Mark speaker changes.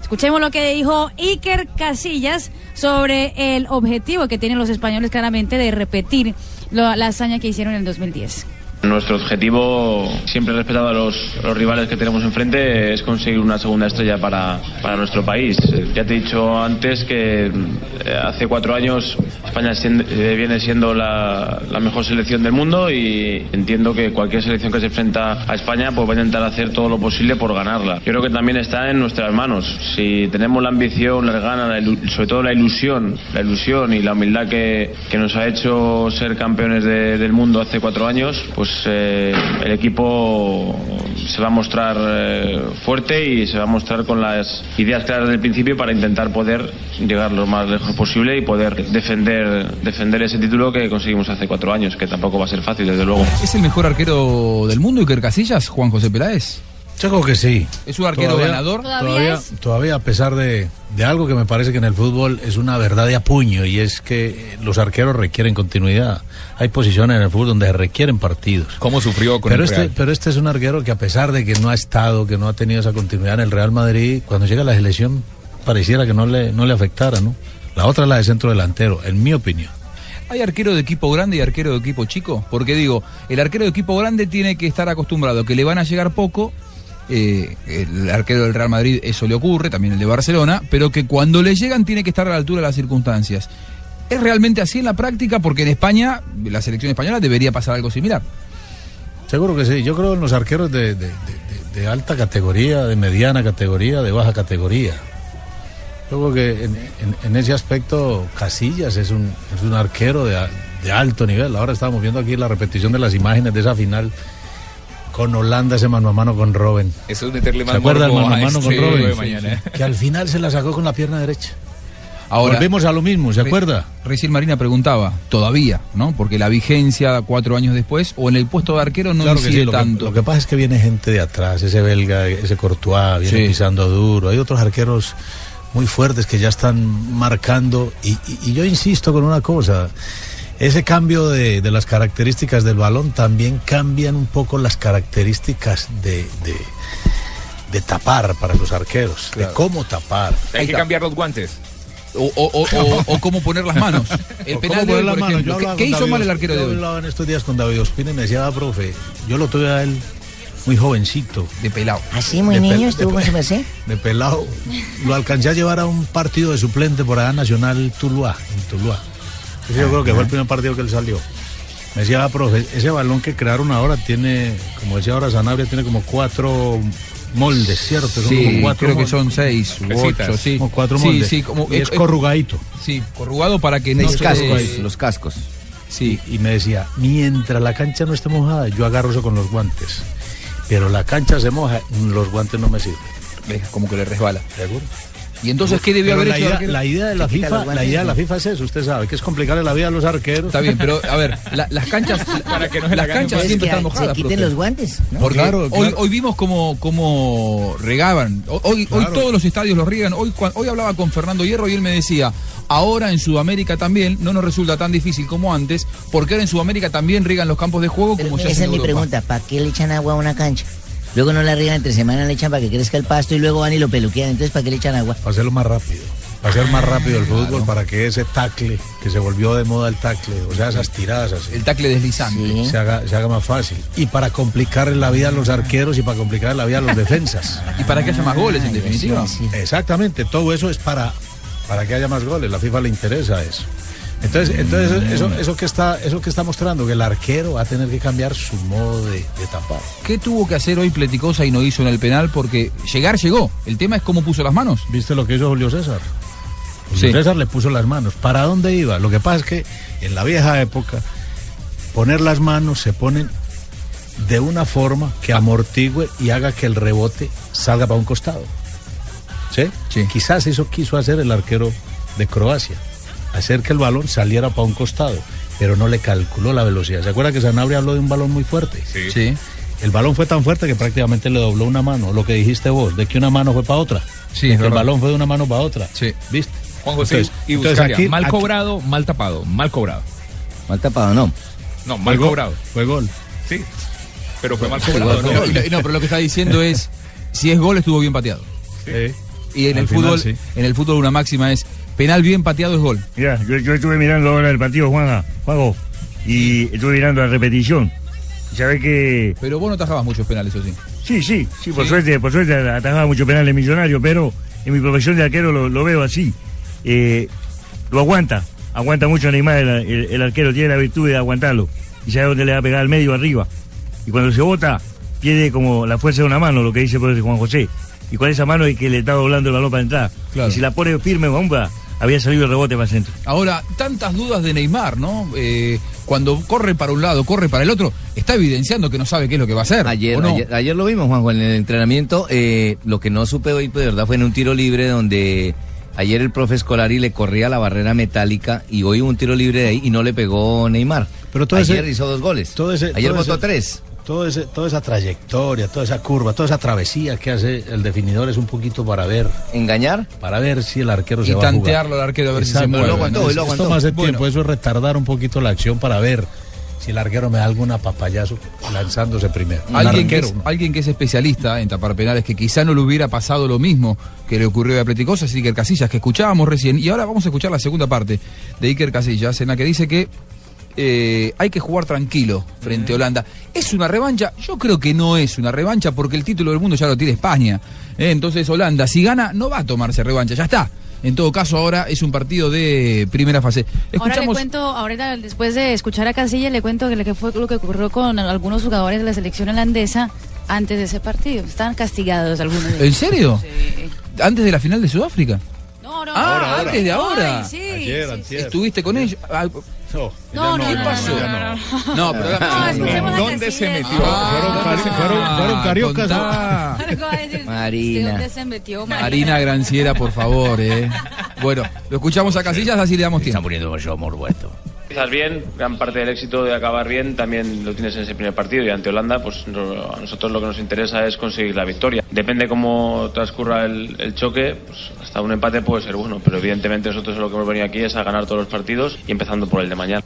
Speaker 1: Escuchemos lo que dijo Iker Casillas sobre el objetivo que tienen los españoles claramente de repetir lo- la hazaña que hicieron en el 2010.
Speaker 2: Nuestro objetivo, siempre respetando a los, a los rivales que tenemos enfrente, es conseguir una segunda estrella para, para nuestro país. Eh, Ya te he dicho antes que eh, hace cuatro años España sien- eh, viene siendo la, la mejor selección del mundo y entiendo que cualquier selección que se enfrenta a España pues va a intentar hacer todo lo posible por ganarla. Yo creo que también está en nuestras manos. Si tenemos la ambición, las ganas, la ilu- sobre todo la ilusión, la ilusión y la humildad que, que nos ha hecho ser campeones de- del mundo hace cuatro años, pues eh, el equipo se va a mostrar eh, fuerte y se va a mostrar con las ideas claras del principio para intentar poder llegar lo más lejos posible y poder defender, defender ese título que conseguimos hace cuatro años, que tampoco va a ser fácil, desde luego.
Speaker 3: ¿Es el mejor arquero del mundo, Iker Casillas, Juan José Peláez?
Speaker 4: Yo creo que sí.
Speaker 3: ¿Es un arquero
Speaker 4: Todavía-
Speaker 3: ganador?
Speaker 1: Todavía
Speaker 4: Todavía,
Speaker 1: es.
Speaker 4: todavía a pesar de, de algo que me parece que en el fútbol es una verdad de apuño y es que eh, los arqueros requieren continuidad. Hay posiciones en el fútbol donde requieren partidos.
Speaker 3: ¿Cómo sufrió con
Speaker 4: Pero
Speaker 3: el
Speaker 4: este,
Speaker 3: Real?
Speaker 4: pero este es un arquero que a pesar de que no ha estado, que no ha tenido esa continuidad en el Real Madrid, cuando llega a la selección pareciera que no le, no le afectara, ¿no? La otra es la de centro delantero, en mi opinión.
Speaker 3: ¿Hay arquero de equipo grande y arquero de equipo chico? Porque digo, el arquero de equipo grande tiene que estar acostumbrado que le van a llegar poco. eh, el arquero del Real Madrid eso le ocurre, también el de Barcelona, pero que cuando le llegan tiene que estar a la altura de las circunstancias. ¿Es realmente así en la práctica? Porque en España, la selección española debería pasar algo similar.
Speaker 4: Seguro que sí. Yo creo en los arqueros de, de- de- de- de alta categoría, de mediana categoría, de baja categoría. Yo creo que en, en- en ese aspecto Casillas es un, es un arquero de, a- de alto nivel. Ahora estábamos viendo aquí la repetición de las imágenes de esa final con Holanda, ese mano a mano con Robben.
Speaker 5: Eso es meterle
Speaker 4: ¿Se
Speaker 5: más
Speaker 4: acuerda el
Speaker 5: morbo
Speaker 4: mano a
Speaker 5: a
Speaker 4: mano con
Speaker 5: este juego
Speaker 4: Robben?
Speaker 5: de mañana.
Speaker 4: Sí, sí. Que al final se la sacó con la pierna derecha.
Speaker 3: Ahora,
Speaker 4: Volvemos a lo mismo, ¿se
Speaker 3: Re-
Speaker 4: acuerda?
Speaker 3: Recién Marina preguntaba, todavía, ¿no? Porque la vigencia cuatro años después, o en el puesto de arquero no
Speaker 4: Claro que
Speaker 3: incide
Speaker 4: sí, lo que-
Speaker 3: tanto.
Speaker 4: Lo que pasa es que viene gente de atrás, ese belga, ese Courtois, viene
Speaker 3: Sí.
Speaker 4: pisando duro. Hay otros arqueros muy fuertes que ya están marcando. Y, y- y yo insisto con una cosa. Ese cambio de, de las características del balón también cambian un poco las características de, de- de tapar para los arqueros, de cómo tapar.
Speaker 5: Hay que
Speaker 3: está.
Speaker 5: cambiar los guantes.
Speaker 3: O, o- o- o- o cómo poner las manos. El
Speaker 4: ¿Cómo
Speaker 3: penal de
Speaker 4: poner
Speaker 3: hoy,
Speaker 4: la
Speaker 3: por
Speaker 4: mano? Yo
Speaker 3: ejemplo. ¿Qué,
Speaker 4: hablaba
Speaker 3: qué
Speaker 4: con
Speaker 3: hizo
Speaker 4: David
Speaker 3: mal el
Speaker 4: Ospina,
Speaker 3: arquero de
Speaker 4: Yo
Speaker 3: hoy?
Speaker 4: hablaba en estos días con David Ospina y me decía, "Ah, profe, yo lo tuve a él muy jovencito.
Speaker 3: De pelado.
Speaker 6: Así Ah, muy
Speaker 4: De pel-
Speaker 6: niño
Speaker 4: de
Speaker 6: estuvo con
Speaker 4: pel-
Speaker 6: su merced.
Speaker 4: de pelado. Lo alcancé a llevar a un partido de suplente por allá Nacional Tuluá, en Tuluá. Ese yo creo que fue el primer partido que él salió. Me decía, "Ah, profe, ese balón que crearon ahora tiene, como decía ahora Sanabria, tiene como cuatro moldes, ¿cierto? Son
Speaker 3: Sí,
Speaker 4: como cuatro
Speaker 3: creo que
Speaker 4: moldes.
Speaker 3: son seis u
Speaker 5: Pesitas.
Speaker 3: ocho, sí.
Speaker 4: Como cuatro
Speaker 3: sí,
Speaker 4: moldes.
Speaker 3: sí, como,
Speaker 4: y
Speaker 3: eh,
Speaker 4: es
Speaker 3: eh,
Speaker 4: corrugadito.
Speaker 3: sí, corrugado para que no
Speaker 6: Los
Speaker 3: se-
Speaker 6: cascos,
Speaker 3: eh,
Speaker 6: los cascos.
Speaker 3: Sí,
Speaker 4: y me decía, mientras la cancha no esté mojada, yo agarro eso con los guantes. Pero la cancha se moja, los guantes no me sirven.
Speaker 3: ve, como que le resbala.
Speaker 4: Seguro.
Speaker 3: ¿Y entonces qué debió
Speaker 4: Pero
Speaker 3: haber
Speaker 4: la,
Speaker 3: hecho el
Speaker 4: idea,
Speaker 3: arquero?
Speaker 4: la idea de la
Speaker 6: Se quita
Speaker 4: FIFA,
Speaker 6: los
Speaker 4: la
Speaker 6: guantes,
Speaker 4: idea de la
Speaker 6: ¿no?
Speaker 4: FIFA es eso, usted sabe, que es complicarle la vida a los arqueros.
Speaker 3: Está bien, pero a ver, la- las canchas,
Speaker 5: Para que no se la
Speaker 3: las
Speaker 5: ganen,
Speaker 3: canchas
Speaker 5: pues.
Speaker 6: Es
Speaker 3: siempre
Speaker 6: que
Speaker 3: están
Speaker 6: se
Speaker 3: mojadas.
Speaker 6: quiten
Speaker 3: profe.
Speaker 6: los
Speaker 4: pues,
Speaker 6: guantes. ¿no?
Speaker 3: Porque
Speaker 4: Claro,
Speaker 3: Hoy,
Speaker 4: claro.
Speaker 3: hoy vimos cómo, cómo regaban. Ho- Hoy, hoy
Speaker 4: Claro.
Speaker 3: todos los estadios los riegan. Hoy, cua- hoy hablaba con Fernando Hierro y él me decía, ahora en Sudamérica también no nos resulta tan difícil como antes, porque ahora en Sudamérica también riegan los campos de juego
Speaker 6: Pero
Speaker 3: como se hace
Speaker 6: esa es
Speaker 3: en
Speaker 6: mi
Speaker 3: Europa.
Speaker 6: pregunta, ¿para qué le echan agua a una cancha? Luego no la riegan entre semana, le echan para que crezca el pasto y luego van y lo peluquean. Entonces, ¿para qué le echan agua?
Speaker 4: Para hacerlo más rápido. Para hacer más rápido el fútbol, para que ese tacle, que se volvió de moda el tacle, o sea, esas tiradas así,
Speaker 3: El tacle deslizante.
Speaker 6: Sí.
Speaker 4: se, haga, se haga más fácil. Y para complicar la vida a los arqueros y para complicar la vida a los defensas.
Speaker 3: Y para que haya más goles, en
Speaker 6: Ah, ya,
Speaker 3: definitiva.
Speaker 6: sí, sí.
Speaker 4: Exactamente, todo eso es para, para que haya más goles. La FIFA le interesa eso. Entonces, entonces eso, eso, que está, eso que está mostrando, que el arquero va a tener que cambiar su modo de, de tapar.
Speaker 3: ¿Qué tuvo que hacer hoy Pleticosa y no hizo en el penal? Porque llegar llegó. El tema es cómo puso las manos.
Speaker 4: ¿Viste lo que hizo Julio César?
Speaker 3: Sí.
Speaker 4: Julio César le puso las manos. ¿Para dónde iba? Lo que pasa es que en la vieja época, poner las manos se ponen de una forma que
Speaker 3: Ah.
Speaker 4: amortigue y haga que el rebote salga para un costado. ¿Sí?
Speaker 3: Sí.
Speaker 4: Quizás eso quiso hacer el arquero de Croacia, hacer que el balón saliera para un costado, pero no le calculó la velocidad. ¿Se acuerda que Sanabria habló de un balón muy fuerte?
Speaker 5: Sí.
Speaker 3: Sí,
Speaker 4: El balón fue tan fuerte que prácticamente le dobló una mano, lo que dijiste vos, de que una mano fue para otra.
Speaker 3: Sí,
Speaker 4: De
Speaker 3: es
Speaker 4: que el
Speaker 3: verdad.
Speaker 4: balón fue de una mano para otra.
Speaker 3: Sí.
Speaker 4: ¿Viste?
Speaker 5: Juan José
Speaker 4: Entonces-
Speaker 5: y
Speaker 4: entonces
Speaker 5: Buscaria.
Speaker 4: aquí-
Speaker 5: mal
Speaker 4: aquí-
Speaker 5: cobrado, mal tapado, mal cobrado.
Speaker 6: Mal tapado, no.
Speaker 5: No, mal
Speaker 4: Fue gol,
Speaker 5: cobrado.
Speaker 4: Fue gol.
Speaker 5: Sí. Pero fue mal cobrado.
Speaker 3: No,
Speaker 5: ¿no?
Speaker 3: no, pero lo que está diciendo es, si es gol estuvo bien pateado.
Speaker 4: Sí.
Speaker 3: Y en
Speaker 5: Al
Speaker 3: el
Speaker 5: final,
Speaker 3: fútbol,
Speaker 5: sí.
Speaker 3: en el fútbol una máxima es penal bien pateado es gol.
Speaker 7: Mirá, yo, yo estuve mirando ahora el partido, Juana, Juanjo, y estuve mirando la repetición. Y sabés que.
Speaker 3: Pero vos no tajabas muchos penales, eso sí.
Speaker 7: Sí, sí, sí, por
Speaker 3: Sí.
Speaker 7: suerte, por suerte atajaba mucho penales millonario, pero en mi profesión de arquero lo, lo veo así. Eh, lo aguanta, aguanta mucho Neymar, el, el- el arquero tiene la virtud de aguantarlo. Y sabe dónde le va a pegar al medio arriba. Y cuando se bota, pierde como la fuerza de una mano, lo que dice el profesor Juan José. Y con esa mano es que le está doblando el balón para entrar.
Speaker 3: Claro.
Speaker 7: Y si la pone firme, bomba, había salido el rebote para el centro.
Speaker 3: Ahora, tantas dudas de Neymar, ¿no? Eh, cuando corre para un lado, corre para el otro, está evidenciando que no sabe qué es lo que va a hacer.
Speaker 8: Ayer,
Speaker 3: ¿o no?
Speaker 8: ayer, ayer lo vimos, Juanjo, en el entrenamiento. eh, lo que no supe hoy, pues, de verdad, fue en un tiro libre donde ayer el profe Escolari le corría la barrera metálica y hoy hubo un tiro libre de ahí y no le pegó Neymar.
Speaker 4: Pero todo
Speaker 8: ayer
Speaker 4: ese-
Speaker 8: hizo dos goles.
Speaker 4: todo ese-
Speaker 8: ayer
Speaker 4: todo
Speaker 8: votó
Speaker 4: ese-
Speaker 8: tres.
Speaker 4: Todo ese, toda esa trayectoria, toda esa curva, toda esa travesía que hace el definidor es un poquito para ver,
Speaker 8: Engañar.
Speaker 4: para ver si el arquero
Speaker 3: Y
Speaker 4: se va a jugar.
Speaker 3: tantearlo al arquero a ver si se
Speaker 4: Exacto.
Speaker 3: mueve,
Speaker 8: Lo aguantó,
Speaker 3: ¿no?
Speaker 8: lo aguantó.
Speaker 4: Esto más de
Speaker 3: Bueno.
Speaker 4: tiempo, eso es retardar un poquito la acción para ver si el arquero me da algún apapallazo lanzándose primero. Un
Speaker 3: Alguien que, es,
Speaker 4: arquero, ¿no?
Speaker 3: alguien que es especialista en tapar penales, que quizá no le hubiera pasado lo mismo que le ocurrió a Pleticosa, es Iker Casillas, que escuchábamos recién. Y ahora vamos a escuchar la segunda parte de Iker Casillas, en la que dice que eh, hay que jugar tranquilo frente a Holanda. ¿Es una revancha? Yo creo que no es una revancha, porque el título del mundo ya lo tiene España. Eh, entonces Holanda, si gana, no va a tomarse revancha, ya está. En todo caso, ahora es un partido de primera fase.
Speaker 1: Ahora le
Speaker 3: Escuchamos-
Speaker 1: cuento, ahorita después de escuchar a Casilla, le cuento que lo que fue lo que ocurrió con algunos jugadores de la selección holandesa antes de ese partido. Estaban castigados algunos. de
Speaker 3: ¿En
Speaker 1: ellos.
Speaker 3: serio?
Speaker 1: Sí.
Speaker 3: Antes de la final de Sudáfrica.
Speaker 1: No, no,
Speaker 3: Ah,
Speaker 1: no,
Speaker 3: antes de ahora.
Speaker 1: sí,
Speaker 4: Ayer,
Speaker 1: sí, sí.
Speaker 4: antier.
Speaker 3: ¿Estuviste con ellos? Ah,
Speaker 4: No,
Speaker 1: No, no, no,
Speaker 3: ¿Qué
Speaker 1: no,
Speaker 3: pasó?
Speaker 1: no, no, no.
Speaker 5: Ah,
Speaker 3: No, pero
Speaker 1: No, escuchemos a
Speaker 5: ¿Dónde se
Speaker 1: Casillas. Ah.
Speaker 5: metió?
Speaker 3: Ah,
Speaker 5: Fueron cari- fueron- fueron ah.
Speaker 4: cariocas,
Speaker 3: contá.
Speaker 1: Marco va a decir,
Speaker 8: Marina.
Speaker 1: ¿de dónde se metió
Speaker 3: Marina Granciera, por favor, eh. Bueno, lo escuchamos a Casillas, así le damos tiempo.
Speaker 8: poniendo yo muerto.
Speaker 2: Empiezas bien, gran parte del éxito de acabar bien también lo tienes en ese primer partido y ante Holanda, pues no- a nosotros lo que nos interesa es conseguir la victoria. Depende cómo transcurra el, el choque, pues, hasta un empate puede ser bueno, pero evidentemente nosotros lo que hemos venido aquí es a ganar todos los partidos y empezando por el de mañana.